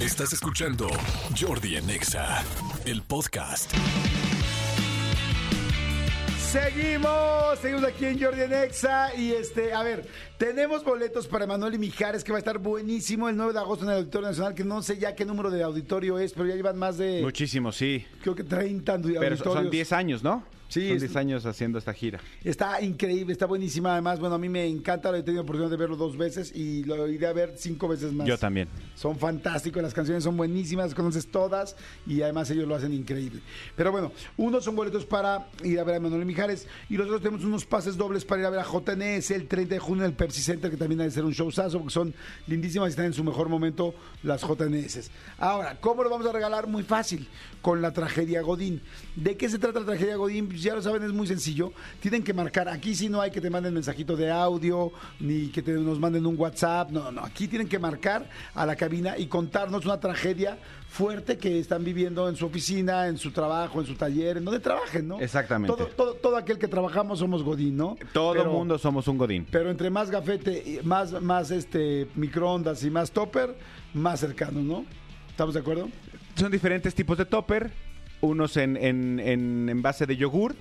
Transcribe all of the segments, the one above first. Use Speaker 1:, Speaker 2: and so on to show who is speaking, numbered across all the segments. Speaker 1: Estás escuchando Jordi en Exa, el podcast.
Speaker 2: Seguimos, seguimos aquí en Jordi Nexa y este, a ver, tenemos boletos para Manuel y Mijares que va a estar buenísimo el 9 de agosto en el Auditorio Nacional, que no sé ya qué número de auditorio es, pero ya llevan más de,
Speaker 3: Muchísimo, sí.
Speaker 2: creo que 30 audi-
Speaker 3: Pero
Speaker 2: auditorios.
Speaker 3: son 10 años, ¿no?
Speaker 2: Sí,
Speaker 3: Son
Speaker 2: es-
Speaker 3: 10 años haciendo esta gira.
Speaker 2: Está increíble, está buenísima, además, bueno, a mí me encanta, lo he tenido oportunidad de verlo dos veces y lo iré a ver cinco veces más.
Speaker 3: Yo también.
Speaker 2: Son fantásticos, las canciones son buenísimas, las conoces todas y además ellos lo hacen increíble. Pero bueno, unos son boletos para ir a ver a Manuel Mijares y nosotros tenemos unos pases dobles para ir a ver a JNS el 30 de junio en el Pepsi Center, que también ha de ser un showzazo porque son lindísimas y están en su mejor momento las JNS. Ahora, ¿cómo lo vamos a regalar? Muy fácil, con la tragedia Godín. ¿De qué se trata la tragedia Godín? Pues Ya lo saben, es muy sencillo. Tienen que marcar, aquí sí no hay que te manden mensajito de audio ni que te- nos manden un WhatsApp, no, no, no. Aquí tienen que marcar a la cabina y contarnos una tragedia fuerte que están viviendo en su oficina, en su trabajo, en su taller, en donde trabajen, ¿no?
Speaker 3: Exactamente.
Speaker 2: Todo, todo, todo aquel que trabajamos somos Godín, ¿no?
Speaker 3: Todo
Speaker 2: Pero-
Speaker 3: mundo somos un godín.
Speaker 2: Pero entre más gafete, y más, más este microondas y más topper, más cercano, ¿no? ¿Estamos de acuerdo?
Speaker 3: Son diferentes tipos de topper. Unos en, en, en envase de yogur,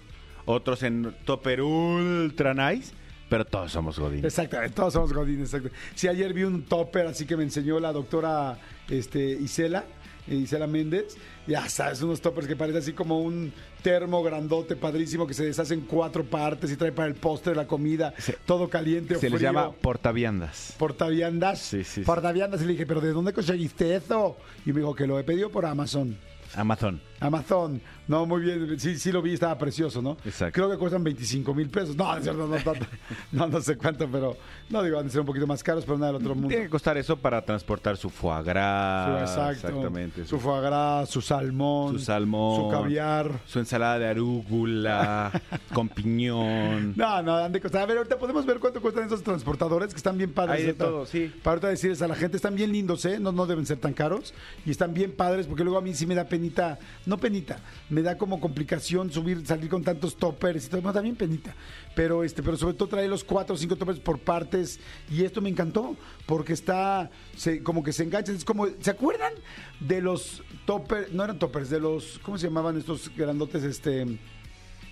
Speaker 3: otros en topper ultra nice, pero todos somos godín.
Speaker 2: Exactamente, todos somos Godín, exacto. Sí, ayer vi un topper así que me enseñó la doctora este, Isela, eh, Isela Méndez. Ya sabes, unos toppers que parece así como un termo grandote, padrísimo, que se deshace en cuatro partes y trae para el postre la comida,
Speaker 3: Se-
Speaker 2: todo caliente o
Speaker 3: Se les
Speaker 2: frío.
Speaker 3: llama portaviandas.
Speaker 2: Portaviandas.
Speaker 3: Sí, sí, sí.
Speaker 2: Portaviandas. Y le dije, ¿pero de dónde conseguiste eso? Y me dijo que lo he pedido por Amazon.
Speaker 3: Amazon.
Speaker 2: Amazon. No, muy bien. Sí, sí lo vi, estaba precioso, ¿no?
Speaker 3: Exacto.
Speaker 2: Creo que cuestan 25 mil pesos. No, es cierto, no tanto. No, no sé cuánto, pero. No, digo, han de ser un poquito más caros, pero nada del otro mundo.
Speaker 3: Tiene que costar eso para transportar su foie gras.
Speaker 2: Su- exacto.
Speaker 3: Ah, Exactamente.
Speaker 2: Su foie gras, su salmón.
Speaker 3: su salmón.
Speaker 2: Su caviar.
Speaker 3: Su ensalada de arúgula, con piñón.
Speaker 2: No, no, han de costar. A ver, ahorita podemos ver cuánto cuestan esos transportadores que están bien padres.
Speaker 3: Hay de
Speaker 2: neta.
Speaker 3: todo, sí.
Speaker 2: Para ahorita decirles a la gente, están bien lindos, ¿eh? No, no deben ser tan caros. Y están bien padres, porque luego a mí sí me da penita, no penita, me da como complicación subir, salir con tantos toppers y todo. No, también penita. Pero este, pero sobre todo trae los cuatro o cinco toppers por partes. Y esto me encantó, porque está, se- como que se enganchan. Es como, ¿se acuerdan de los toppers? No eran toppers, de los, ¿cómo se llamaban estos grandotes? Este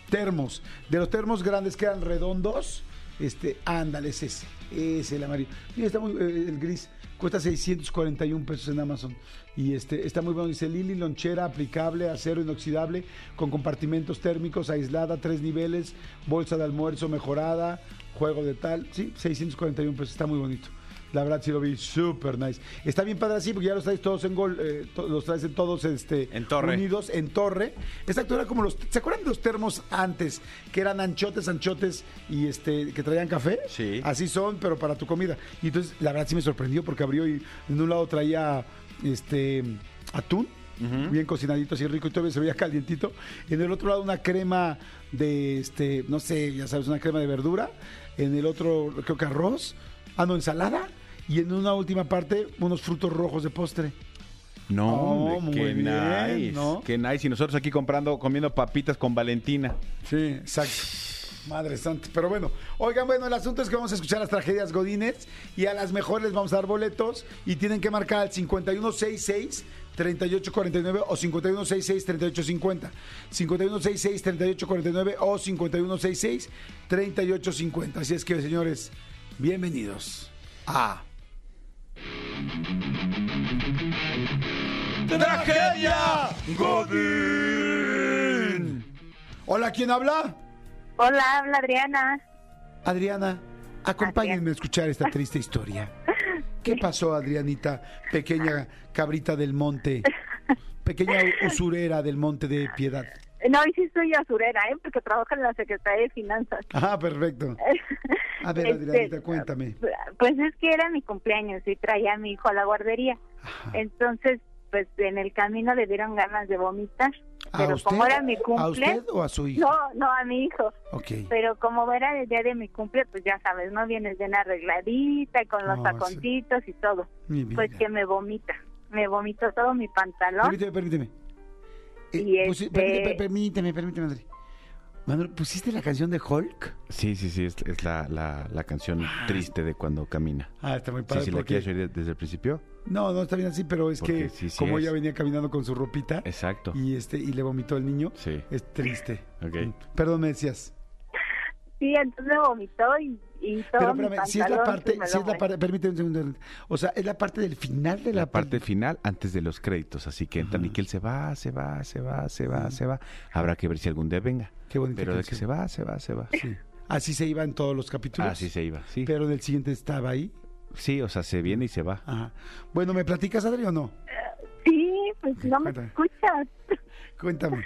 Speaker 2: termos, de los termos grandes que eran redondos, este, ándale, es ese, es el amarillo. Mira, está muy, eh, el gris, cuesta 641 pesos en Amazon. Y este, está muy bueno, dice Lili, lonchera aplicable, acero inoxidable, con compartimentos térmicos, aislada, tres niveles, bolsa de almuerzo mejorada, juego de tal. Sí, 641 pesos, está muy bonito. La verdad sí lo vi súper nice. Está bien padre así porque ya los traes todos en gol, eh, to- los traes en todos este,
Speaker 3: En torre.
Speaker 2: unidos dos en torre. Exacto, era como los. ¿Se acuerdan de los termos antes? Que eran anchotes, anchotes y este que traían café.
Speaker 3: Sí.
Speaker 2: Así son, pero para tu comida. Y entonces, la verdad sí me sorprendió porque abrió y en un lado traía este atún. Bien cocinadito, así rico y todavía se veía calientito. En el otro lado una crema de, este, no sé, ya sabes, una crema de verdura. En el otro creo que arroz. Ah, no, ensalada. Y en una última parte unos frutos rojos de postre.
Speaker 3: No,
Speaker 2: Oh,
Speaker 3: hombre,
Speaker 2: muy
Speaker 3: qué
Speaker 2: bien,
Speaker 3: nice.
Speaker 2: ¿no?
Speaker 3: Qué nice. Y nosotros aquí comprando, comiendo papitas con Valentina.
Speaker 2: Sí, exacto. Madre santa. Pero bueno, oigan, bueno, el asunto es que vamos a escuchar las tragedias Godínez y a las mejores les vamos a dar boletos y tienen que marcar al 5166 3849 o 5166 3850. 5166 3849 o 5166 3850. Así es que, señores, bienvenidos a
Speaker 3: ¡Tragedia Godín!
Speaker 2: Hola, ¿quién habla?
Speaker 4: Hola, habla Adriana.
Speaker 2: Adriana, acompáñenme a escuchar esta triste historia. ¿Qué pasó, Adrianita, pequeña cabrita del monte? Pequeña usurera del monte de piedad.
Speaker 4: Eh, No, y sí soy asurera, ¿eh? Porque trabajo en la Secretaría de Finanzas.
Speaker 2: Ah, perfecto.
Speaker 4: Eh,
Speaker 2: A ver,
Speaker 4: Este,
Speaker 2: Adrianita, cuéntame.
Speaker 4: Pues es que era mi cumpleaños y traía a mi hijo a la guardería.
Speaker 2: Ajá.
Speaker 4: Entonces, pues en el camino le dieron ganas de vomitar.
Speaker 2: ¿A
Speaker 4: Pero
Speaker 2: usted?
Speaker 4: como era mi cumple...
Speaker 2: ¿A usted o a su hijo?
Speaker 4: No, pues, no, a mi hijo.
Speaker 2: Ok.
Speaker 4: Pero como era el día de mi cumple, pues ya sabes, ¿no? Vienes bien arregladita y con los
Speaker 2: Oh, sí.
Speaker 4: taconcitos y todo.
Speaker 2: Mi vida.
Speaker 4: Pues que me vomita. Me vomitó todo mi pantalón.
Speaker 2: Permíteme, permíteme. Eh,
Speaker 4: Y
Speaker 2: pues, sí,
Speaker 4: este-
Speaker 2: permíteme, per- permíteme, permíteme, Adri. Manuel, ¿pusiste la canción de Hulk?
Speaker 3: Sí, sí, sí, es, es la, la- la canción triste de cuando camina.
Speaker 2: Ah, está muy Ah.
Speaker 3: Sí,
Speaker 2: padre.
Speaker 3: si la
Speaker 2: porque-
Speaker 3: quieres oír de- desde el principio.
Speaker 2: No, no está bien así, pero es
Speaker 3: Porque
Speaker 2: que
Speaker 3: sí, sí
Speaker 2: como
Speaker 3: es.
Speaker 2: ella venía caminando con su ropita
Speaker 3: Exacto.
Speaker 2: y este y le vomitó el niño,
Speaker 3: Sí.
Speaker 2: es triste.
Speaker 3: Ok.
Speaker 2: Perdón, me decías.
Speaker 4: Sí, entonces me vomitó y, y todo
Speaker 2: Pero
Speaker 4: mi
Speaker 2: espérame, si es la
Speaker 4: pantalón,
Speaker 2: parte,
Speaker 4: pues, me
Speaker 2: si
Speaker 4: lo
Speaker 2: es la
Speaker 4: fue.
Speaker 2: parte, permíteme un segundo. O sea, es la parte del final de la,
Speaker 3: la parte
Speaker 2: pel-
Speaker 3: final antes de los créditos. Así que entra
Speaker 2: Ajá.
Speaker 3: Nickel se va, se va, se va, se va, se va. Habrá que ver si algún día venga.
Speaker 2: Qué bonita
Speaker 3: Pero de que
Speaker 2: canción.
Speaker 3: se va, se va, se va.
Speaker 2: Sí. Así se iba en todos los capítulos.
Speaker 3: Así se iba, sí.
Speaker 2: Pero del siguiente estaba ahí.
Speaker 3: Sí, o sea, se viene y se va.
Speaker 2: Ajá. Bueno, ¿me platicas, Adri, o no?
Speaker 4: Sí, pues no me
Speaker 2: Cuéntame.
Speaker 4: escuchas.
Speaker 2: Cuéntame.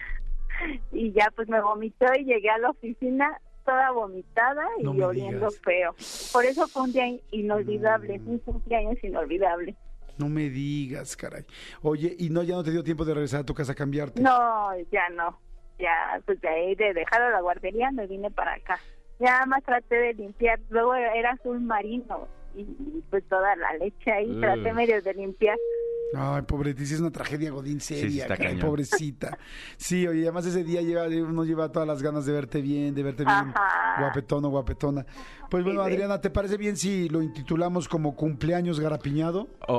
Speaker 4: Y ya pues me vomitó y llegué a la oficina toda vomitada y
Speaker 2: No me
Speaker 4: oliendo
Speaker 2: digas. Mm.
Speaker 4: feo. Por eso fue un día inolvidable, un cumpleaños inolvidable.
Speaker 2: No me digas, caray. Oye, ¿y no ya no te dio tiempo de regresar a tu casa a cambiarte?
Speaker 4: No, ya no. Ya, pues de ahí de dejar a la guardería me vine para acá. Ya nada más traté de limpiar. Luego era azul marino y, y, pues toda la leche ahí.
Speaker 3: Ugh.
Speaker 4: Traté medio de limpiar.
Speaker 2: Ay, pobrecita, sí es una tragedia godín
Speaker 3: sí,
Speaker 2: seria,
Speaker 3: está
Speaker 2: caray,
Speaker 3: cañón.
Speaker 2: pobrecita. Sí, oye, además ese día lleva, uno lleva todas las ganas de verte bien, de verte bien,
Speaker 4: Ajá.
Speaker 2: guapetón o guapetona. Pues bueno,
Speaker 4: Sí, sí.
Speaker 2: Adriana, ¿te parece bien si lo intitulamos como cumpleaños garapiñado?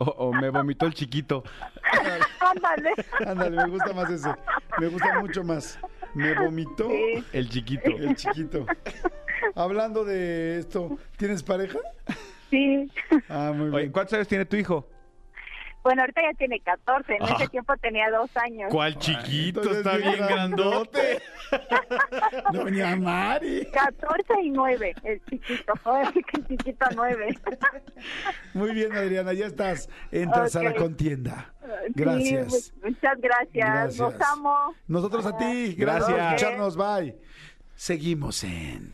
Speaker 3: O, o- o me vomitó el chiquito.
Speaker 4: Ándale.
Speaker 2: Ándale, me gusta más ese, me gusta mucho más. Me vomitó
Speaker 4: Sí.
Speaker 3: El chiquito.
Speaker 2: el chiquito. Hablando de esto, ¿tienes pareja?
Speaker 4: Sí.
Speaker 2: Ah, muy
Speaker 3: Oye,
Speaker 2: bien.
Speaker 3: ¿cuántos años tiene tu hijo?
Speaker 4: Bueno, ahorita ya tiene 14. En
Speaker 3: Ah.
Speaker 4: ese tiempo tenía dos años.
Speaker 3: ¿Cuál
Speaker 2: entonces es bien No venía Mari.
Speaker 4: 14 y 9, el chiquito. Ahora sí que el chiquito 9.
Speaker 2: Muy bien, Adriana, ya estás. Entras a la
Speaker 4: Ok.
Speaker 2: contienda.
Speaker 5: pues.
Speaker 2: Gracias.
Speaker 4: muchas gracias. Los
Speaker 2: Gracias.
Speaker 4: amo.
Speaker 2: Nosotros a ti. Gracias
Speaker 3: Gracias.
Speaker 2: por escucharnos. Bye. Seguimos en.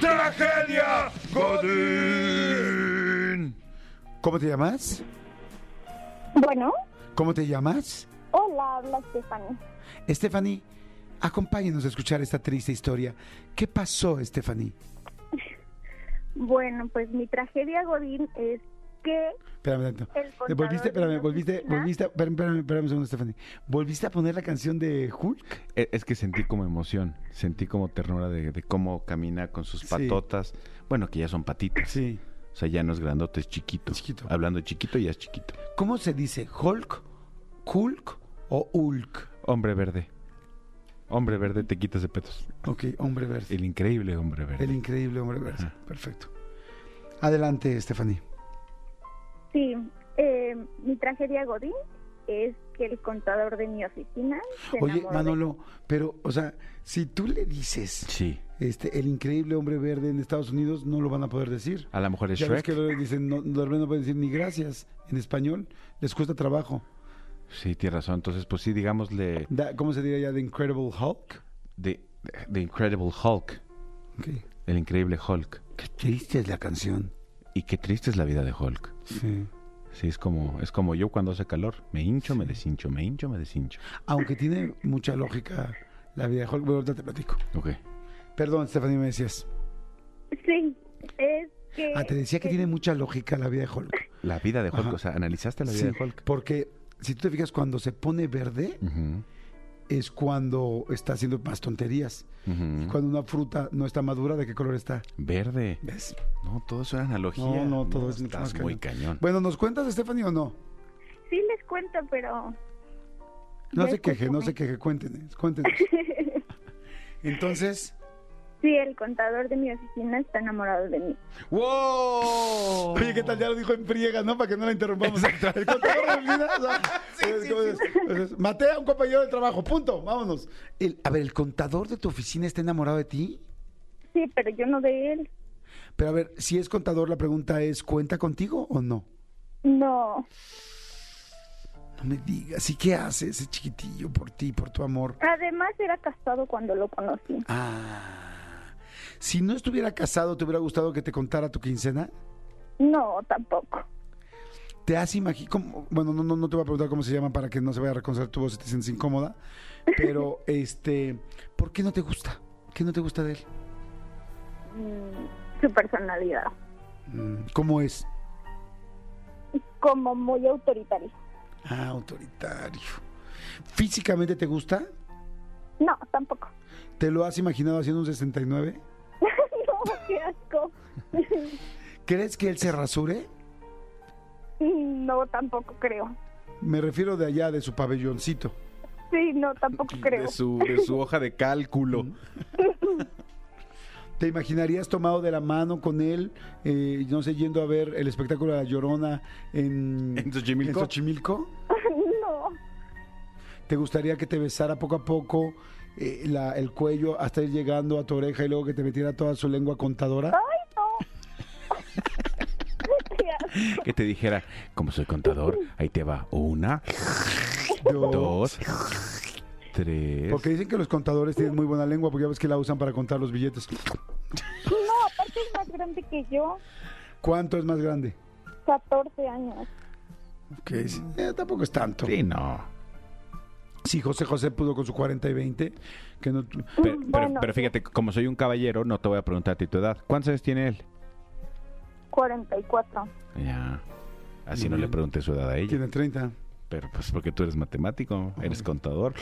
Speaker 3: ¡Tragedia Godín!
Speaker 2: ¿Cómo te llamas?
Speaker 5: Bueno,
Speaker 2: ¿Cómo te llamas?
Speaker 5: hola, habla Stephanie.
Speaker 2: Stephanie, acompáñenos a escuchar esta triste historia. ¿Qué pasó, Stephanie?
Speaker 5: Bueno, pues mi tragedia Godín es que
Speaker 2: Espérame tanto.
Speaker 5: El contador
Speaker 2: Volviste, espérame,
Speaker 5: de la
Speaker 2: volviste,
Speaker 5: oficina.
Speaker 2: volviste, espérame, espérame, espérame un segundo, Stephanie. ¿Volviste a poner la canción de Hulk?
Speaker 3: E- Es que sentí como emoción, sentí como ternura de, de cómo camina con sus
Speaker 2: Sí.
Speaker 3: patotas. Bueno, que ya son patitas.
Speaker 2: Sí.
Speaker 3: O sea, ya no es grandote, es chiquito.
Speaker 2: Chiquito.
Speaker 3: Hablando de chiquito, ya es chiquito.
Speaker 2: ¿Cómo se dice? ¿Hulk? ¿Hulk o Hulk?
Speaker 3: Hombre verde. Hombre verde, te quitas de petos.
Speaker 2: Ok, hombre verde.
Speaker 3: El increíble hombre verde.
Speaker 2: El increíble hombre verde. Perfecto. Adelante, Stephanie.
Speaker 5: sí, eh, mi tragedia Godín es que el contador de mi oficina se
Speaker 2: Oye,
Speaker 5: enamoró de-
Speaker 2: Manolo, pero, o sea, si tú le dices
Speaker 3: Sí.
Speaker 2: este, el increíble hombre verde en Estados Unidos, no lo van a poder decir.
Speaker 3: A lo mejor es
Speaker 2: Ya ves
Speaker 3: Shrek.
Speaker 2: que luego dicen, no, de repente no pueden decir ni gracias en español, les cuesta trabajo.
Speaker 3: Sí, tienes razón. Entonces, pues sí, digámosle
Speaker 2: Da- ¿Cómo se diría ya? The Incredible Hulk.
Speaker 3: The, the Incredible Hulk.
Speaker 2: Ok.
Speaker 3: El increíble Hulk.
Speaker 2: Qué triste es la canción.
Speaker 3: Y qué triste es la vida de Hulk.
Speaker 2: Sí.
Speaker 3: Sí, es como, es como yo cuando hace calor. Me hincho, me deshincho, me hincho, me deshincho.
Speaker 2: Aunque tiene mucha lógica la vida de Hulk, bueno, ahorita te platico.
Speaker 3: Ok.
Speaker 2: Perdón, Stephanie, me decías.
Speaker 5: Sí, es que...
Speaker 2: Ah, te decía que tiene mucha lógica la vida de Hulk.
Speaker 3: La vida de Hulk,
Speaker 2: Ajá.
Speaker 3: o sea, analizaste la
Speaker 2: Sí,
Speaker 3: vida de Hulk.
Speaker 2: porque si tú te fijas, cuando se pone verde
Speaker 3: Ujú,
Speaker 2: es cuando está haciendo más tonterías.
Speaker 3: ujú.
Speaker 2: Y cuando una fruta no está madura, ¿de qué color está?
Speaker 3: Verde.
Speaker 2: ¿Ves?
Speaker 3: No, todo eso era analogía.
Speaker 2: No, no, todo es mucho
Speaker 3: estás
Speaker 2: más
Speaker 3: muy cañón.
Speaker 2: Bueno, ¿nos cuentas, Stephanie, o no?
Speaker 5: Sí les cuento, pero
Speaker 2: No
Speaker 5: Ya
Speaker 2: se queje, no
Speaker 5: escúchame.
Speaker 2: se queje, cuéntenos, cuéntenos. Entonces,
Speaker 5: sí, el contador de mi oficina está enamorado de mí.
Speaker 3: ¡Wow!
Speaker 2: oye, ¿qué tal? Ya lo dijo en friega, ¿no? Para que no la interrumpamos. El contador de vida, o sea, es como es- es- Maté a un compañero de trabajo, punto, vámonos. El- a ver, ¿el contador de tu oficina está enamorado de ti?
Speaker 5: Sí, pero yo no de él.
Speaker 2: Pero a ver, si es contador, la pregunta es, ¿cuenta contigo o no?
Speaker 5: No,
Speaker 2: No me digas, ¿y qué hace ese chiquitillo por ti, por tu amor?
Speaker 5: además era casado cuando lo conocí.
Speaker 2: Ah. Si no estuviera casado, ¿te hubiera gustado que te contara tu quincena?
Speaker 5: No, tampoco.
Speaker 2: ¿Te has imaginado? Bueno, no, no, no te voy a preguntar cómo se llama para que no se vaya a reconocer tu voz y te sientes incómoda. Pero, este, ¿por qué no te gusta? ¿Qué no te gusta de él?
Speaker 5: Mm, Su personalidad,
Speaker 2: Mm, ¿Cómo es?
Speaker 5: como muy autoritaria.
Speaker 2: Ah, autoritario. ¿Físicamente te gusta?
Speaker 5: No, tampoco.
Speaker 2: ¿Te lo has imaginado haciendo un 69?
Speaker 5: no, qué asco.
Speaker 2: ¿Crees que él se rasure?
Speaker 5: Mm, No, tampoco creo.
Speaker 2: Me refiero de allá, de su pabelloncito.
Speaker 5: Sí, no, tampoco creo.
Speaker 3: De su, de su hoja de cálculo.
Speaker 2: ¿Te imaginarías tomado de la mano con él, eh, no sé, yendo a ver el espectáculo de La Llorona en,
Speaker 3: ¿En Xochimilco?
Speaker 2: en Xochimilco?
Speaker 5: no,
Speaker 2: ¿Te gustaría que te besara poco a poco eh, la- el cuello hasta ir llegando a tu oreja y luego que te metiera toda su lengua contadora?
Speaker 5: ay, no. Qué asco.
Speaker 3: Que te dijera, como soy contador, ahí te va una,
Speaker 2: Yo-
Speaker 3: dos, tres.
Speaker 2: Porque dicen que los contadores tienen muy buena lengua, porque ya ves que la usan para contar los billetes.
Speaker 5: No, aparte es más grande que yo,
Speaker 2: ¿Cuánto es más grande?
Speaker 5: 14 años.
Speaker 2: ¿Qué es? Eh, tampoco es tanto.
Speaker 3: Sí, no.
Speaker 2: Si José José pudo con su 40 y 20, que no...
Speaker 3: Pero, pero-
Speaker 5: Bueno.
Speaker 3: pero fíjate, como soy un caballero, no te voy a preguntar a ti tu edad. ¿Cuántos años tiene él?
Speaker 5: 44.
Speaker 3: Ya. Así
Speaker 2: Muy
Speaker 3: no le
Speaker 2: bien.
Speaker 3: pregunté su edad a ella.
Speaker 2: Tiene 30.
Speaker 3: Pero pues porque tú eres matemático, eres contador.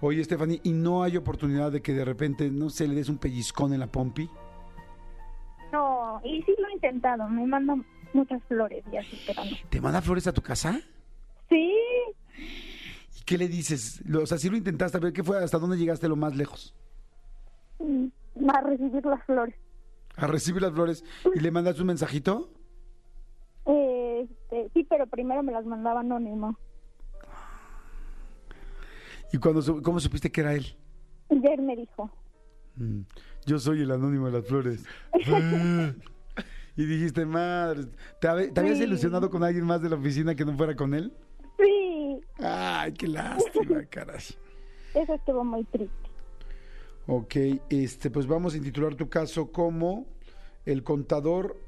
Speaker 2: Oye, Stephanie, ¿y no hay oportunidad de que de repente, no sé, le des un pellizcón en la pompi?
Speaker 5: No, y sí lo he intentado. Me mandan muchas flores y así, pero no.
Speaker 2: ¿Te manda flores a tu casa?
Speaker 5: Sí,
Speaker 2: ¿Y qué le dices? Lo- O sea, si lo intentaste, a ver, ¿qué fue? ¿Hasta dónde llegaste lo más lejos?
Speaker 5: mm, va a recibir las flores.
Speaker 2: A recibir las flores y le mandas un mensajito.
Speaker 5: Eh, Este, sí, pero primero me las mandaba anónimo.
Speaker 2: ¿Y cuando su- cómo supiste que era él?
Speaker 5: Y él me dijo,
Speaker 2: Mm, Yo soy el anónimo de las flores. Ah. y dijiste, madre, ¿te, habe- te habías
Speaker 5: Sí.
Speaker 2: ilusionado con alguien más de la oficina que no fuera con él?
Speaker 5: sí,
Speaker 2: Ay, qué lástima, caray.
Speaker 5: eso estuvo muy triste.
Speaker 2: Ok, este, pues vamos a intitular tu caso como el contador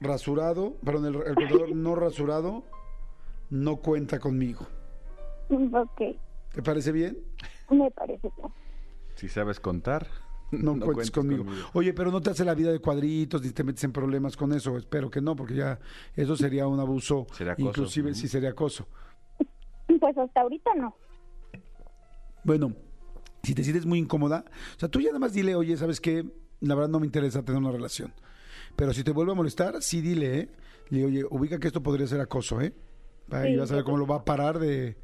Speaker 2: rasurado, perdón, el, el contador no rasurado no cuenta conmigo.
Speaker 5: Mm, Ok,
Speaker 2: ¿Te parece bien?
Speaker 5: me parece bien.
Speaker 3: Si sabes contar,
Speaker 2: No, cuentes, conmigo.
Speaker 3: conmigo.
Speaker 2: Oye, pero no te hace la vida de cuadritos ni te metes en problemas con eso. Espero que no, porque ya eso sería un abuso.
Speaker 3: Sería acoso.
Speaker 2: Inclusive
Speaker 3: Ujú.
Speaker 2: sí sería acoso.
Speaker 5: Pues hasta ahorita no.
Speaker 2: Bueno, si te sientes muy incómoda, o sea, tú ya nada más dile, oye, ¿sabes qué? La verdad no me interesa tener una relación. Pero si te vuelve a molestar, sí dile, ¿eh? Le digo, oye, ubica que esto podría ser acoso, ¿eh? Ahí
Speaker 5: Sí,
Speaker 2: vas a ver
Speaker 5: yo
Speaker 2: cómo lo va a parar de...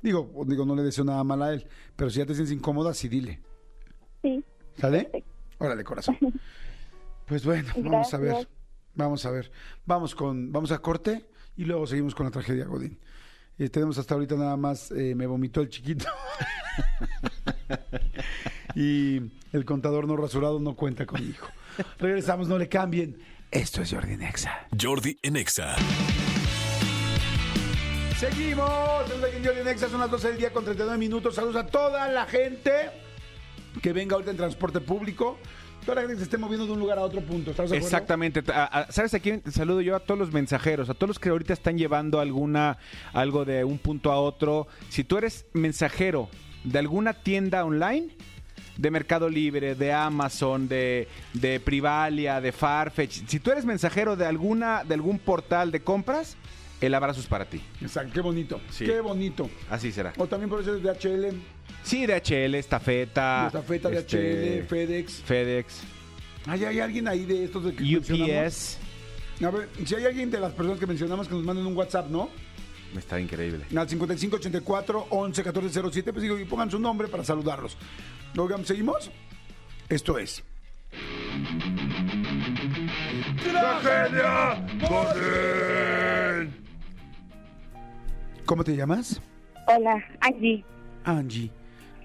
Speaker 2: Digo, digo, no le deseo nada mal a él, pero si ya te sientes incómoda, sí dile.
Speaker 5: Sí,
Speaker 2: ¿Sale?
Speaker 5: Perfecto.
Speaker 2: Órale, corazón. Pues bueno, vamos a ver.
Speaker 5: Gracias.
Speaker 2: Vamos a ver. Vamos con, vamos a corte y luego seguimos con la tragedia Godín. Eh, tenemos hasta ahorita nada más eh, me vomitó el chiquito. y el contador no rasurado no cuenta conmigo. Regresamos, no le cambien. Esto es Jordi Nexa.
Speaker 1: Jordi en Exa.
Speaker 2: Seguimos. Estamos aquí en Jordi Nexa, son las 12 del día con 39 minutos. Saludos a toda la gente que venga ahorita en transporte público. Toda la gente que se esté moviendo de un lugar a otro punto. ¿Estamos de acuerdo?
Speaker 3: Exactamente. A- a- ¿Sabes a quién saludo yo? A todos los mensajeros, a todos los que ahorita están llevando alguna, algo de un punto a otro. Si tú eres mensajero de alguna tienda online, de Mercado Libre, de Amazon, de, de Privalia, de Farfetch, si tú eres mensajero de alguna, de algún portal de compras, el abrazo es para ti.
Speaker 2: Exacto, qué bonito.
Speaker 3: Sí.
Speaker 2: Qué bonito.
Speaker 3: Así será.
Speaker 2: O también por eso es DHL,
Speaker 3: Sí, DHL, estafeta.
Speaker 2: Estafeta,
Speaker 3: este,
Speaker 2: DHL, FedEx.
Speaker 3: FedEx.
Speaker 2: ¿Hay, hay alguien ahí de estos de que mencionamos?
Speaker 3: UPS.
Speaker 2: A ver, si hay alguien de las personas que mencionamos que nos manden un WhatsApp, ¿no?
Speaker 3: Está increíble.
Speaker 2: Al 5584 11 14 07, pues digo, y pongan su nombre para saludarlos. Oigan, ¿seguimos? Esto es. ¿Cómo te llamas?
Speaker 4: Hola, Angie.
Speaker 2: Angie.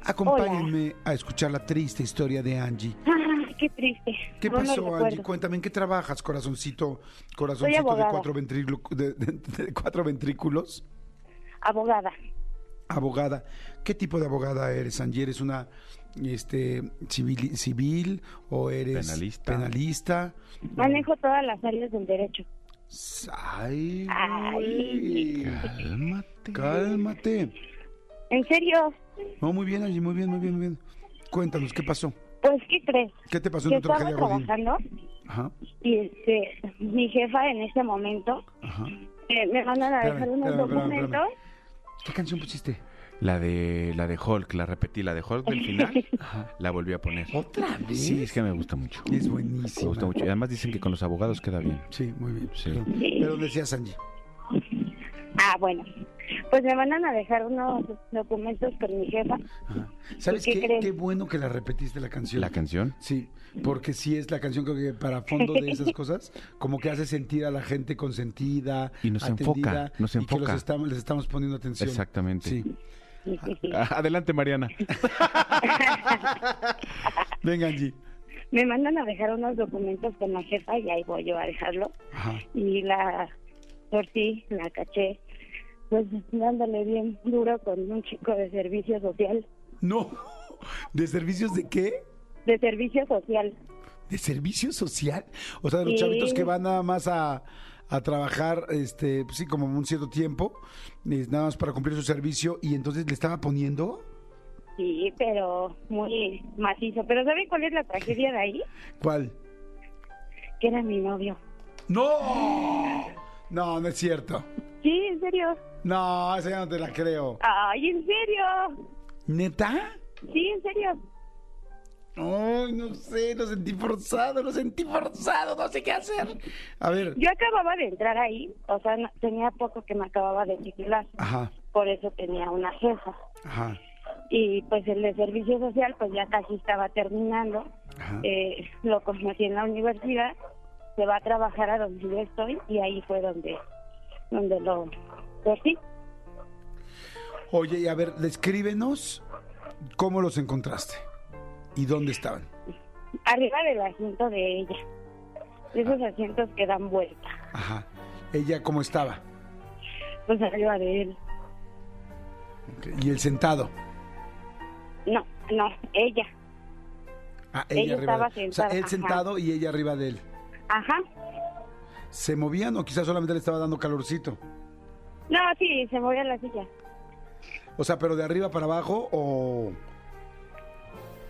Speaker 2: Acompáñenme a escuchar la triste historia de Angie.
Speaker 4: Ay, qué triste.
Speaker 2: ¿Qué
Speaker 4: No lo
Speaker 2: pasó, Angie?
Speaker 4: recuerdo.
Speaker 2: Cuéntame, ¿en qué trabajas, corazoncito, corazoncito de
Speaker 4: abogada.
Speaker 2: cuatro, ventrilu- de- de- de cuatro ventrículos?
Speaker 4: Abogada.
Speaker 2: Abogada. ¿Qué tipo de abogada eres, Angie? ¿Eres una este, civil, civil o eres
Speaker 3: Penalista.
Speaker 2: penalista?
Speaker 4: Manejo todas las áreas del derecho.
Speaker 2: Ay,
Speaker 4: Ay.
Speaker 2: güey.
Speaker 3: Cálmate.
Speaker 2: Cálmate.
Speaker 4: ¿En serio?
Speaker 2: No, muy bien, Angie, muy bien, muy bien, muy bien. Cuéntanos, ¿qué pasó?
Speaker 4: Pues, ¿qué crees?
Speaker 2: ¿Qué te pasó
Speaker 4: Yo
Speaker 2: en tu
Speaker 4: estaba
Speaker 2: tragedia, Godín?
Speaker 4: trabajando
Speaker 2: Ajá,
Speaker 4: y este, mi jefa en este momento
Speaker 2: ajá.
Speaker 4: eh, me mandan a dejar
Speaker 2: Espérame,
Speaker 4: unos
Speaker 2: espérame, espérame,
Speaker 4: documentos.
Speaker 2: ¿Qué canción pusiste?
Speaker 3: La de, la de Hulk, la repetí, la de Hulk del final, la volví a poner.
Speaker 2: ¿Otra vez?
Speaker 3: Sí, es que me gusta mucho.
Speaker 2: Es
Speaker 3: Me
Speaker 2: buenísima.
Speaker 3: gusta mucho. Y además dicen que con los abogados queda bien.
Speaker 2: Sí, muy bien.
Speaker 3: Sí.
Speaker 2: Perdón. Pero decías, Angie.
Speaker 6: Ah, bueno. Pues me mandan a dejar unos documentos con mi jefa.
Speaker 2: Ajá. ¿Sabes
Speaker 6: ¿Qué
Speaker 2: qué?
Speaker 6: creen?
Speaker 2: Qué bueno que la repetiste la canción.
Speaker 3: ¿La canción?
Speaker 2: Sí, porque sí es la canción creo que para fondo de esas cosas, como que hace sentir a la gente consentida,
Speaker 3: Y nos
Speaker 2: atendida,
Speaker 3: enfoca, nos
Speaker 2: y que los
Speaker 3: enfoca.
Speaker 2: estamos, les estamos poniendo atención.
Speaker 3: Exactamente. Ah,
Speaker 2: Sí.
Speaker 3: Adelante, Mariana.
Speaker 2: Venga, Angie.
Speaker 6: Me mandan a dejar unos documentos con la jefa y ahí voy yo a dejarlo.
Speaker 2: Ajá.
Speaker 6: Y la torcí, la caché, pues dándole bien duro con un chico de servicio social.
Speaker 2: No, ¿de servicios de qué?
Speaker 6: De servicio social.
Speaker 2: ¿De servicio social? O sea, de los
Speaker 6: Sí.
Speaker 2: chavitos que van nada más a, a trabajar, este, pues sí, como un cierto tiempo, eh, nada más para cumplir su servicio, y entonces le estaba poniendo...
Speaker 6: Sí, pero muy macizo. Pero ¿saben cuál es la tragedia de ahí?
Speaker 2: ¿Cuál?
Speaker 6: Que era mi novio.
Speaker 2: ¡No! No, no es cierto.
Speaker 6: Sí, en serio.
Speaker 2: No, esa ya no te la creo.
Speaker 6: Ay, en serio.
Speaker 2: ¿Neta?
Speaker 6: Sí, en serio.
Speaker 2: Ay, no sé, lo sentí forzado, lo sentí forzado, no sé qué hacer. A ver,
Speaker 6: Yo acababa de entrar ahí, o sea, no- tenía poco que me acababa de titular,
Speaker 2: ajá,
Speaker 6: por eso tenía una jefa.
Speaker 2: ajá,
Speaker 6: Y pues el de servicio social, pues ya casi estaba terminando.
Speaker 2: ajá.
Speaker 6: Eh, lo conocí en la universidad, se va a trabajar a donde yo estoy y ahí fue donde, donde lo pues, conocí.
Speaker 2: Oye, y a ver, descríbenos cómo los encontraste y dónde estaban.
Speaker 6: Arriba del asiento de ella, de esos asientos que dan vuelta,
Speaker 2: Ajá. Ella cómo estaba.
Speaker 6: pues arriba de él.
Speaker 2: Ok, Y el sentado.
Speaker 6: No, no, ella.
Speaker 2: Ah,
Speaker 6: Ella
Speaker 2: arriba.
Speaker 6: estaba
Speaker 2: de él. O sea,
Speaker 6: sentada,
Speaker 2: él
Speaker 6: ajá.
Speaker 2: sentado y ella arriba de él.
Speaker 6: Ajá.
Speaker 2: ¿Se movían o quizás solamente le estaba dando calorcito?
Speaker 6: No, sí, se movió la silla.
Speaker 2: O sea, pero de arriba para abajo o...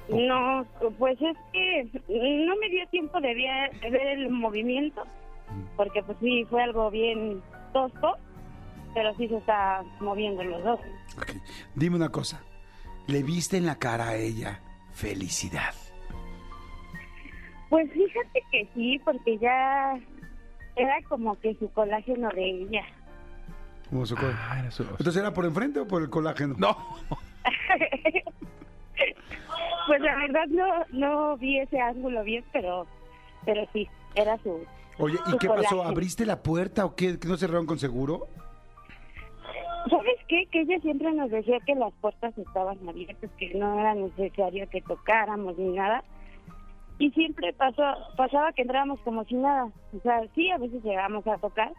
Speaker 6: No, pues es que no me dio tiempo de ver, de ver el movimiento, porque pues sí, fue algo bien tosco, pero sí se está moviendo los dos.
Speaker 2: Ok, Dime una cosa. Le viste en la cara a ella felicidad.
Speaker 6: Pues fíjate que sí, porque ya era como que su colágeno de ella.
Speaker 2: ¿Cómo se acuerda? Entonces Ah, era por enfrente o por el colágeno.
Speaker 3: No.
Speaker 6: Pues la verdad no, no vi ese ángulo bien, pero, pero sí, era su...
Speaker 2: Oye, ¿y
Speaker 6: su
Speaker 2: qué pasó?
Speaker 6: colágeno.
Speaker 2: ¿Abriste la puerta o qué? ¿Que ¿No cerraron con seguro?
Speaker 6: ¿Sabes qué? Que ella siempre nos decía que las puertas estaban abiertas, que no era necesario que tocáramos ni nada. Y siempre pasó, pasaba que entrábamos como si nada. O sea, sí, a veces llegábamos a tocar.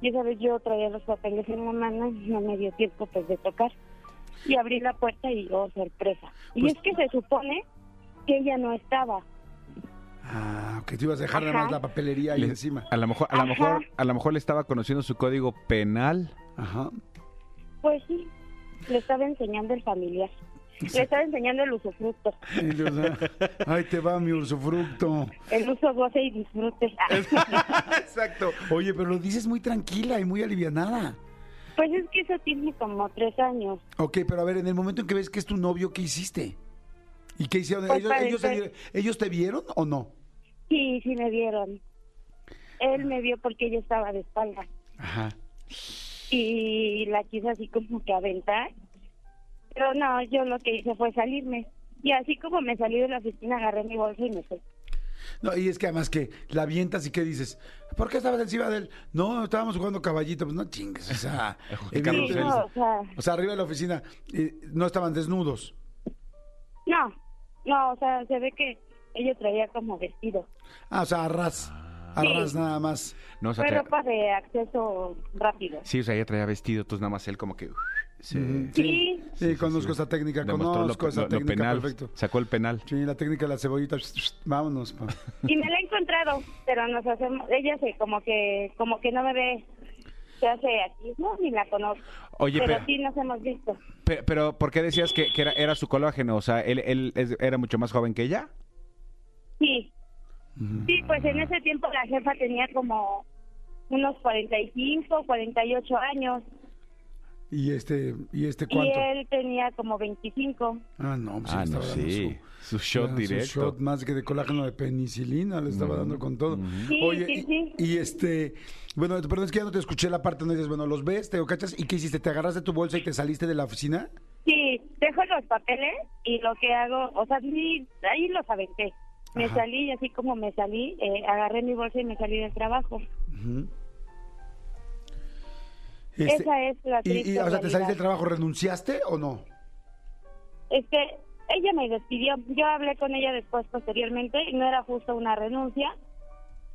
Speaker 6: Y esa vez yo traía los papeles en la mano y no me dio tiempo pues de tocar. Y abrí la puerta y oh, sorpresa. Y
Speaker 2: Pues-
Speaker 6: es que se supone que ella no estaba.
Speaker 2: Ah, ok, tú ibas a dejar nada
Speaker 6: Ajá.
Speaker 2: más la papelería ahí
Speaker 3: Le-
Speaker 2: encima.
Speaker 3: a lo mejor, a lo
Speaker 6: Ajá.
Speaker 3: mejor, a lo mejor le estaba conociendo su código penal.
Speaker 2: Ajá.
Speaker 6: Pues sí, le estaba enseñando el familiar. Le estaba enseñando el usufructo.
Speaker 2: Y le- o sea, Ahí te va mi usufructo.
Speaker 6: El uso, goce y disfrute.
Speaker 2: Exacto. Oye, pero lo dices muy tranquila y muy alivianada.
Speaker 6: Pues es que eso tiene como tres años.
Speaker 2: Ok, pero a ver, en el momento en que ves que es tu novio, ¿qué hiciste? ¿Y qué hicieron?
Speaker 6: Pues
Speaker 2: ¿Ellos,
Speaker 6: para
Speaker 2: ellos, se
Speaker 6: empezar-
Speaker 2: dieron- ¿ellos te vieron o no?
Speaker 6: Sí, sí me vieron. Él me vio porque yo estaba de espalda
Speaker 2: Ajá.
Speaker 6: y la quise así como que aventar. Pero no, yo lo que hice fue salirme. Y así como me salí de la oficina, agarré mi bolsa y me fui.
Speaker 2: No, y es que además que la avientas y qué dices, ¿por qué estabas encima de él? No, estábamos jugando caballito, pues no chingues, o sea,
Speaker 3: Qué
Speaker 6: Sí,
Speaker 2: evidentemente-
Speaker 3: carrusel.
Speaker 6: no, o sea,
Speaker 2: o sea, arriba de la oficina eh, no estaban desnudos.
Speaker 6: no, no, o sea, se ve que ella traía como vestido.
Speaker 2: Ah, o sea, arras, arras nada más.
Speaker 3: No, o sea,
Speaker 6: Fue
Speaker 3: traía-
Speaker 6: ropa de acceso rápido.
Speaker 3: sí, o sea, ella traía vestido, entonces nada más él como que uf, se-
Speaker 2: Ujú.
Speaker 6: Sí,
Speaker 2: Sí, conozco esa técnica,
Speaker 3: demostró
Speaker 2: conozco esa técnica,
Speaker 3: penal,
Speaker 2: perfecto.
Speaker 3: sacó el penal.
Speaker 2: Sí, la técnica de la cebollita, vámonos. pa.
Speaker 6: y me la he encontrado, pero nos hacemos, ella se como que, como que no me ve, se hace así, no, ni la conozco.
Speaker 3: Oye,
Speaker 6: pero,
Speaker 3: pero-
Speaker 6: sí nos hemos visto.
Speaker 3: Pero, pero, ¿por qué decías que, que era, era su colágeno? O sea, él, él es- era mucho más joven que ella.
Speaker 6: Sí. Sí, pues en ese tiempo la jefa tenía como unos 45, 48 años.
Speaker 2: ¿Y este, y este
Speaker 6: Y
Speaker 2: cuánto?
Speaker 6: él tenía como 25.
Speaker 2: Ah, no, pues
Speaker 3: Ah,
Speaker 2: le
Speaker 3: no,
Speaker 2: estaba dando
Speaker 3: sí. Su shot
Speaker 2: Ah,
Speaker 3: directo.
Speaker 2: Su shot más que de colágeno de penicilina, le estaba dando con todo.
Speaker 6: Sí,
Speaker 2: Oye,
Speaker 6: sí,
Speaker 2: y-
Speaker 6: sí.
Speaker 2: Y, este, bueno, perdón, es que ya no te escuché la parte donde dices, bueno, los ves, te cachas, ¿y qué hiciste? ¿Te agarraste tu bolsa y te saliste de la oficina?
Speaker 6: Sí, dejo los papeles y lo que hago, o sea, sí, ahí los aventé. Me
Speaker 2: Ajá.
Speaker 6: salí y así como me salí, eh, agarré mi bolsa y me salí del trabajo.
Speaker 2: Ujú. Este,
Speaker 6: Esa es la
Speaker 2: y, y,
Speaker 6: triste
Speaker 2: o sea, ¿te
Speaker 6: realidad.
Speaker 2: saliste del trabajo? ¿Renunciaste o no?
Speaker 6: Es que ella me despidió. Yo hablé con ella después, posteriormente, y no era justo una renuncia.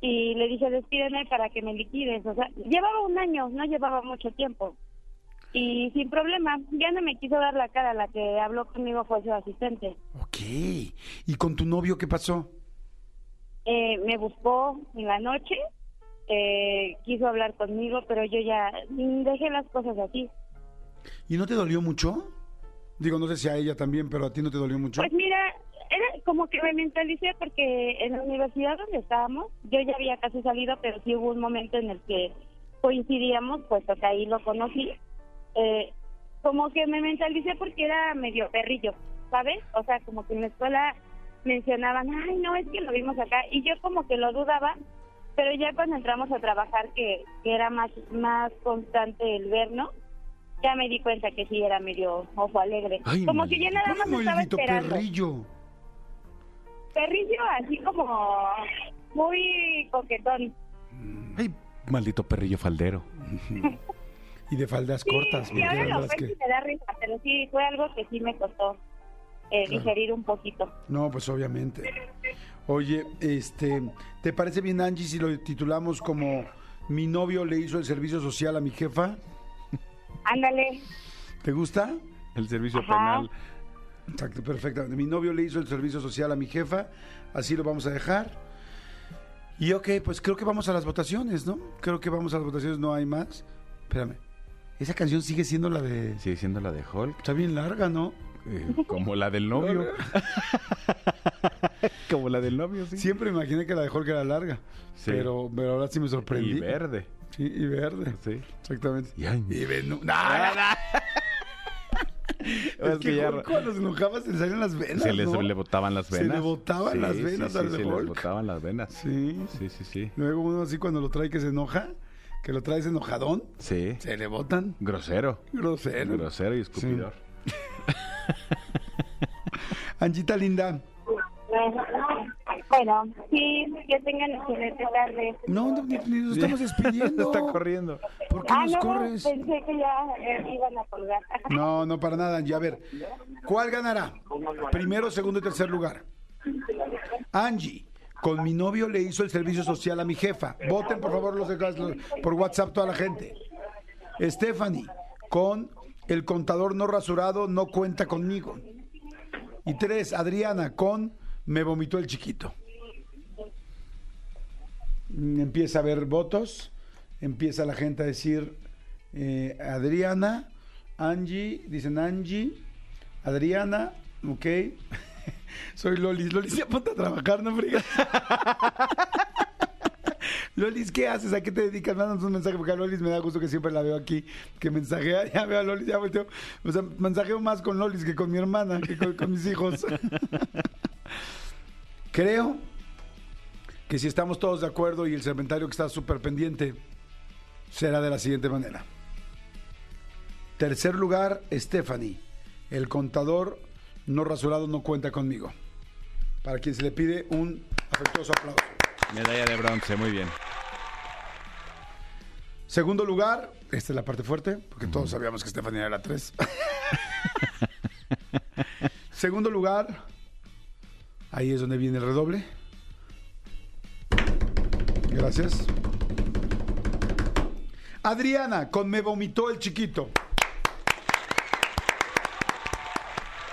Speaker 6: Y le dije, despídeme para que me liquides. O sea, llevaba un año, no llevaba mucho tiempo. Y sin problema, ya no me quiso dar la cara. La que habló conmigo fue su asistente.
Speaker 2: Ok. ¿Y con tu novio qué pasó?
Speaker 6: Eh, me buscó en la noche, eh, quiso hablar conmigo, pero yo ya mm, dejé las cosas así.
Speaker 2: ¿Y no te dolió mucho? Digo, no sé si a ella también, pero a ti no te dolió mucho.
Speaker 6: Pues mira, era como que me mentalicé porque en la universidad donde estábamos, yo ya había casi salido, pero sí hubo un momento en el que coincidíamos, puesto que ahí lo conocí. Eh, como que me mentalicé porque era medio perrillo, ¿sabes? O sea, como que en la escuela mencionaban, ay, no, es que lo vimos acá. Y yo como que lo dudaba, pero ya cuando entramos a trabajar, que, que era más, más constante el vernos, ya me di cuenta que sí era medio ojo alegre.
Speaker 3: Ay,
Speaker 6: como que ya nada más
Speaker 2: Ay,
Speaker 6: estaba
Speaker 2: maldito
Speaker 6: esperando
Speaker 2: perrillo.
Speaker 6: perrillo así como muy coquetón.
Speaker 3: Ay, maldito perrillo faldero.
Speaker 2: Y de faldas
Speaker 6: Sí,
Speaker 2: cortas.
Speaker 6: y
Speaker 2: porque
Speaker 6: ahora
Speaker 2: la
Speaker 6: lo
Speaker 2: verdad
Speaker 6: ves
Speaker 2: es que-
Speaker 6: y me da risa, pero sí, fue algo que sí me costó eh, digerir un poquito.
Speaker 2: No, pues obviamente. Oye, este, ¿te parece bien Angie si lo titulamos como Mi novio le hizo el servicio social a mi jefa?
Speaker 6: Ándale,
Speaker 2: ¿Te gusta?
Speaker 3: El servicio
Speaker 6: Ajá.
Speaker 3: penal.
Speaker 2: Exacto, perfectamente. Mi novio le hizo el servicio social a mi jefa, así lo vamos a dejar. Y ok, pues creo que vamos a las votaciones, ¿no? Creo que vamos a las votaciones, no hay más. Espérame. Esa canción sigue siendo la de...
Speaker 3: Sigue siendo la de Hulk.
Speaker 2: Está bien larga, ¿no?
Speaker 3: eh, como la del novio. como la del novio, sí.
Speaker 2: Siempre me imaginé que la de Jorge era larga,
Speaker 3: Sí.
Speaker 2: pero, pero ahora sí me sorprendí.
Speaker 3: Y verde.
Speaker 2: Sí, y verde.
Speaker 3: Sí.
Speaker 2: Exactamente.
Speaker 3: Y ay,
Speaker 2: Y Venus. ¡Ah! Es
Speaker 3: Es que
Speaker 2: que
Speaker 3: ya-
Speaker 2: Hulk cuando se enojaba se le salían las venas.
Speaker 3: se les
Speaker 2: ¿no?
Speaker 3: le botaban las
Speaker 2: Se le
Speaker 3: venas.
Speaker 2: botaban las venas
Speaker 3: sí,
Speaker 2: al
Speaker 3: sí, se
Speaker 2: Hulk.
Speaker 3: les botaban las venas.
Speaker 2: Sí.
Speaker 3: Sí, sí, sí.
Speaker 2: Luego uno así cuando lo trae que se enoja, que lo traes enojadón,
Speaker 3: Sí.
Speaker 2: se le botan.
Speaker 3: Grosero.
Speaker 2: Grosero.
Speaker 3: Grosero y escupidor.
Speaker 2: Angita linda.
Speaker 6: bueno, sí, que tengan excelente tarde.
Speaker 2: No, no, ni- ni nos estamos despidiendo.
Speaker 3: Está corriendo.
Speaker 2: ¿Por qué
Speaker 6: Ah,
Speaker 2: nos
Speaker 6: no,
Speaker 2: corres?
Speaker 6: pensé que ya eh, iban a colgar.
Speaker 2: No, no, para nada, Angie. A ver, ¿cuál ganará? Primero, segundo y tercer lugar. Angie, con mi novio le hizo el servicio social a mi jefa. Voten, por favor, los, los- por WhatsApp toda la gente. Stephanie, con el contador no rasurado no cuenta conmigo. Y tres, Adriana, con me vomitó el chiquito. Mm, Empieza a haber votos, empieza la gente a decir eh, Adriana, Angie, dicen Angie, Adriana, ok. Soy Lolis. Lolis, ya ponte a trabajar, no frigas. Lolis, ¿qué haces? ¿A qué te dedicas? Mándanos un mensaje porque a Lolis me da gusto que siempre la veo aquí, que mensajea, ya veo a Lolis, ya volteo. O sea, mensajeo más con Lolis que con mi hermana, que con, con mis hijos. Creo que si estamos todos de acuerdo y el serpentario que está súper pendiente será de la siguiente manera. Tercer lugar, Stephanie. El contador no rasurado no cuenta conmigo. Para quien se le pide un afectuoso aplauso.
Speaker 3: Medalla de bronce, muy bien.
Speaker 2: Segundo lugar, esta es la parte fuerte, porque todos sabíamos que Stephanie era la 3. Segundo lugar, ahí es donde viene el redoble. Gracias. Adriana, con me vomitó el chiquito.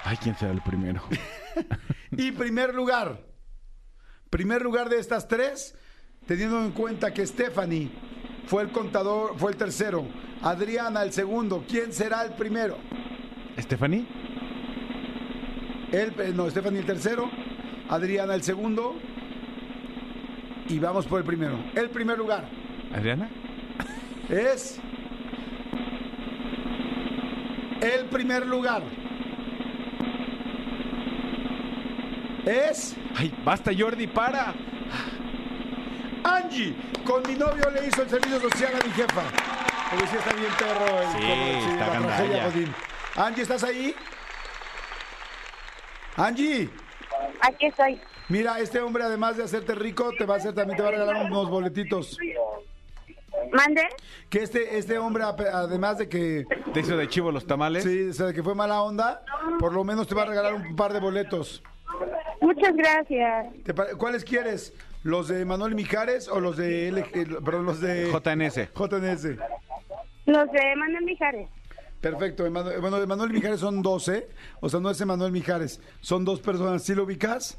Speaker 3: Ay, ¿quién será el primero?
Speaker 2: Y primer lugar, primer lugar de estas tres, teniendo en cuenta que Stephanie fue el contador, fue el tercero, Adriana el segundo, ¿quién será el primero?
Speaker 3: ¿Stephanie?
Speaker 2: Él, eh, no, Stephanie el tercero, Adriana el segundo y vamos por el primero. El primer lugar
Speaker 3: ¿Adriana?
Speaker 2: es El primer lugar es
Speaker 3: Ay, basta Jordi, para.
Speaker 2: Angie. Con mi novio le hizo el servicio social a mi jefa. Porque sí está bien perro el
Speaker 3: Sí,
Speaker 2: como-
Speaker 3: está
Speaker 2: la tragedia
Speaker 3: gandalla.
Speaker 2: Godín. Angie, ¿estás ahí? Angie.
Speaker 6: Aquí estoy.
Speaker 2: Mira, este hombre además de hacerte rico, te va a hacer también te va a regalar unos boletitos.
Speaker 6: ¿Mande?
Speaker 2: Que este este hombre ape- además de que
Speaker 3: Te hizo de chivo los tamales.
Speaker 2: sí, o sea, de que fue mala onda, por lo menos te va a regalar un par de boletos.
Speaker 6: Muchas gracias.
Speaker 2: ¿Te pare- ¿Cuáles quieres? ¿Los de Manuel Mijares o los de L- eh, perdón, los de
Speaker 3: JNS.
Speaker 2: JNS?
Speaker 6: Los de Manuel Mijares.
Speaker 2: Perfecto, Emanuel- bueno, de Manuel Mijares son 12, o sea, no es Emanuel Mijares, son dos personas, ¿sí lo ubicas?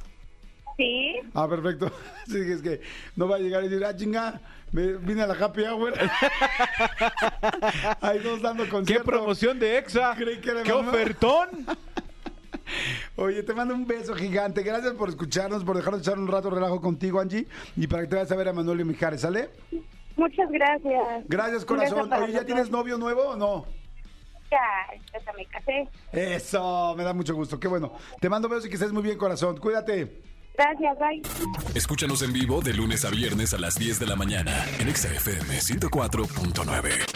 Speaker 6: Sí.
Speaker 2: Ah, perfecto. Sí, es que no va a llegar y decir, ah, chinga, me vine a la happy hour. Hay dos dando
Speaker 3: ¡Qué
Speaker 2: concierto.
Speaker 3: promoción de EXA!
Speaker 2: Creí que era
Speaker 3: ¡Qué
Speaker 2: mamá.
Speaker 3: ofertón!
Speaker 2: Oye, te mando un beso gigante. Gracias por escucharnos, por dejarnos echar un rato de relajo contigo, Angie, y para que te vayas a ver a Manuel y Mijares, ¿sale?
Speaker 6: Muchas gracias.
Speaker 2: Gracias,
Speaker 6: Un beso
Speaker 2: corazón.
Speaker 6: para
Speaker 2: Oye, ¿ya
Speaker 6: los
Speaker 2: tienes
Speaker 6: dos.
Speaker 2: novio nuevo o no?
Speaker 6: Ya, ya hasta me casé.
Speaker 2: Eso, me da mucho gusto. Qué bueno. Te mando besos y que estés muy bien, corazón. Cuídate.
Speaker 6: Gracias, bye.
Speaker 1: Escúchanos en vivo de lunes a viernes a las 10 de la mañana en Exa FM 104.9.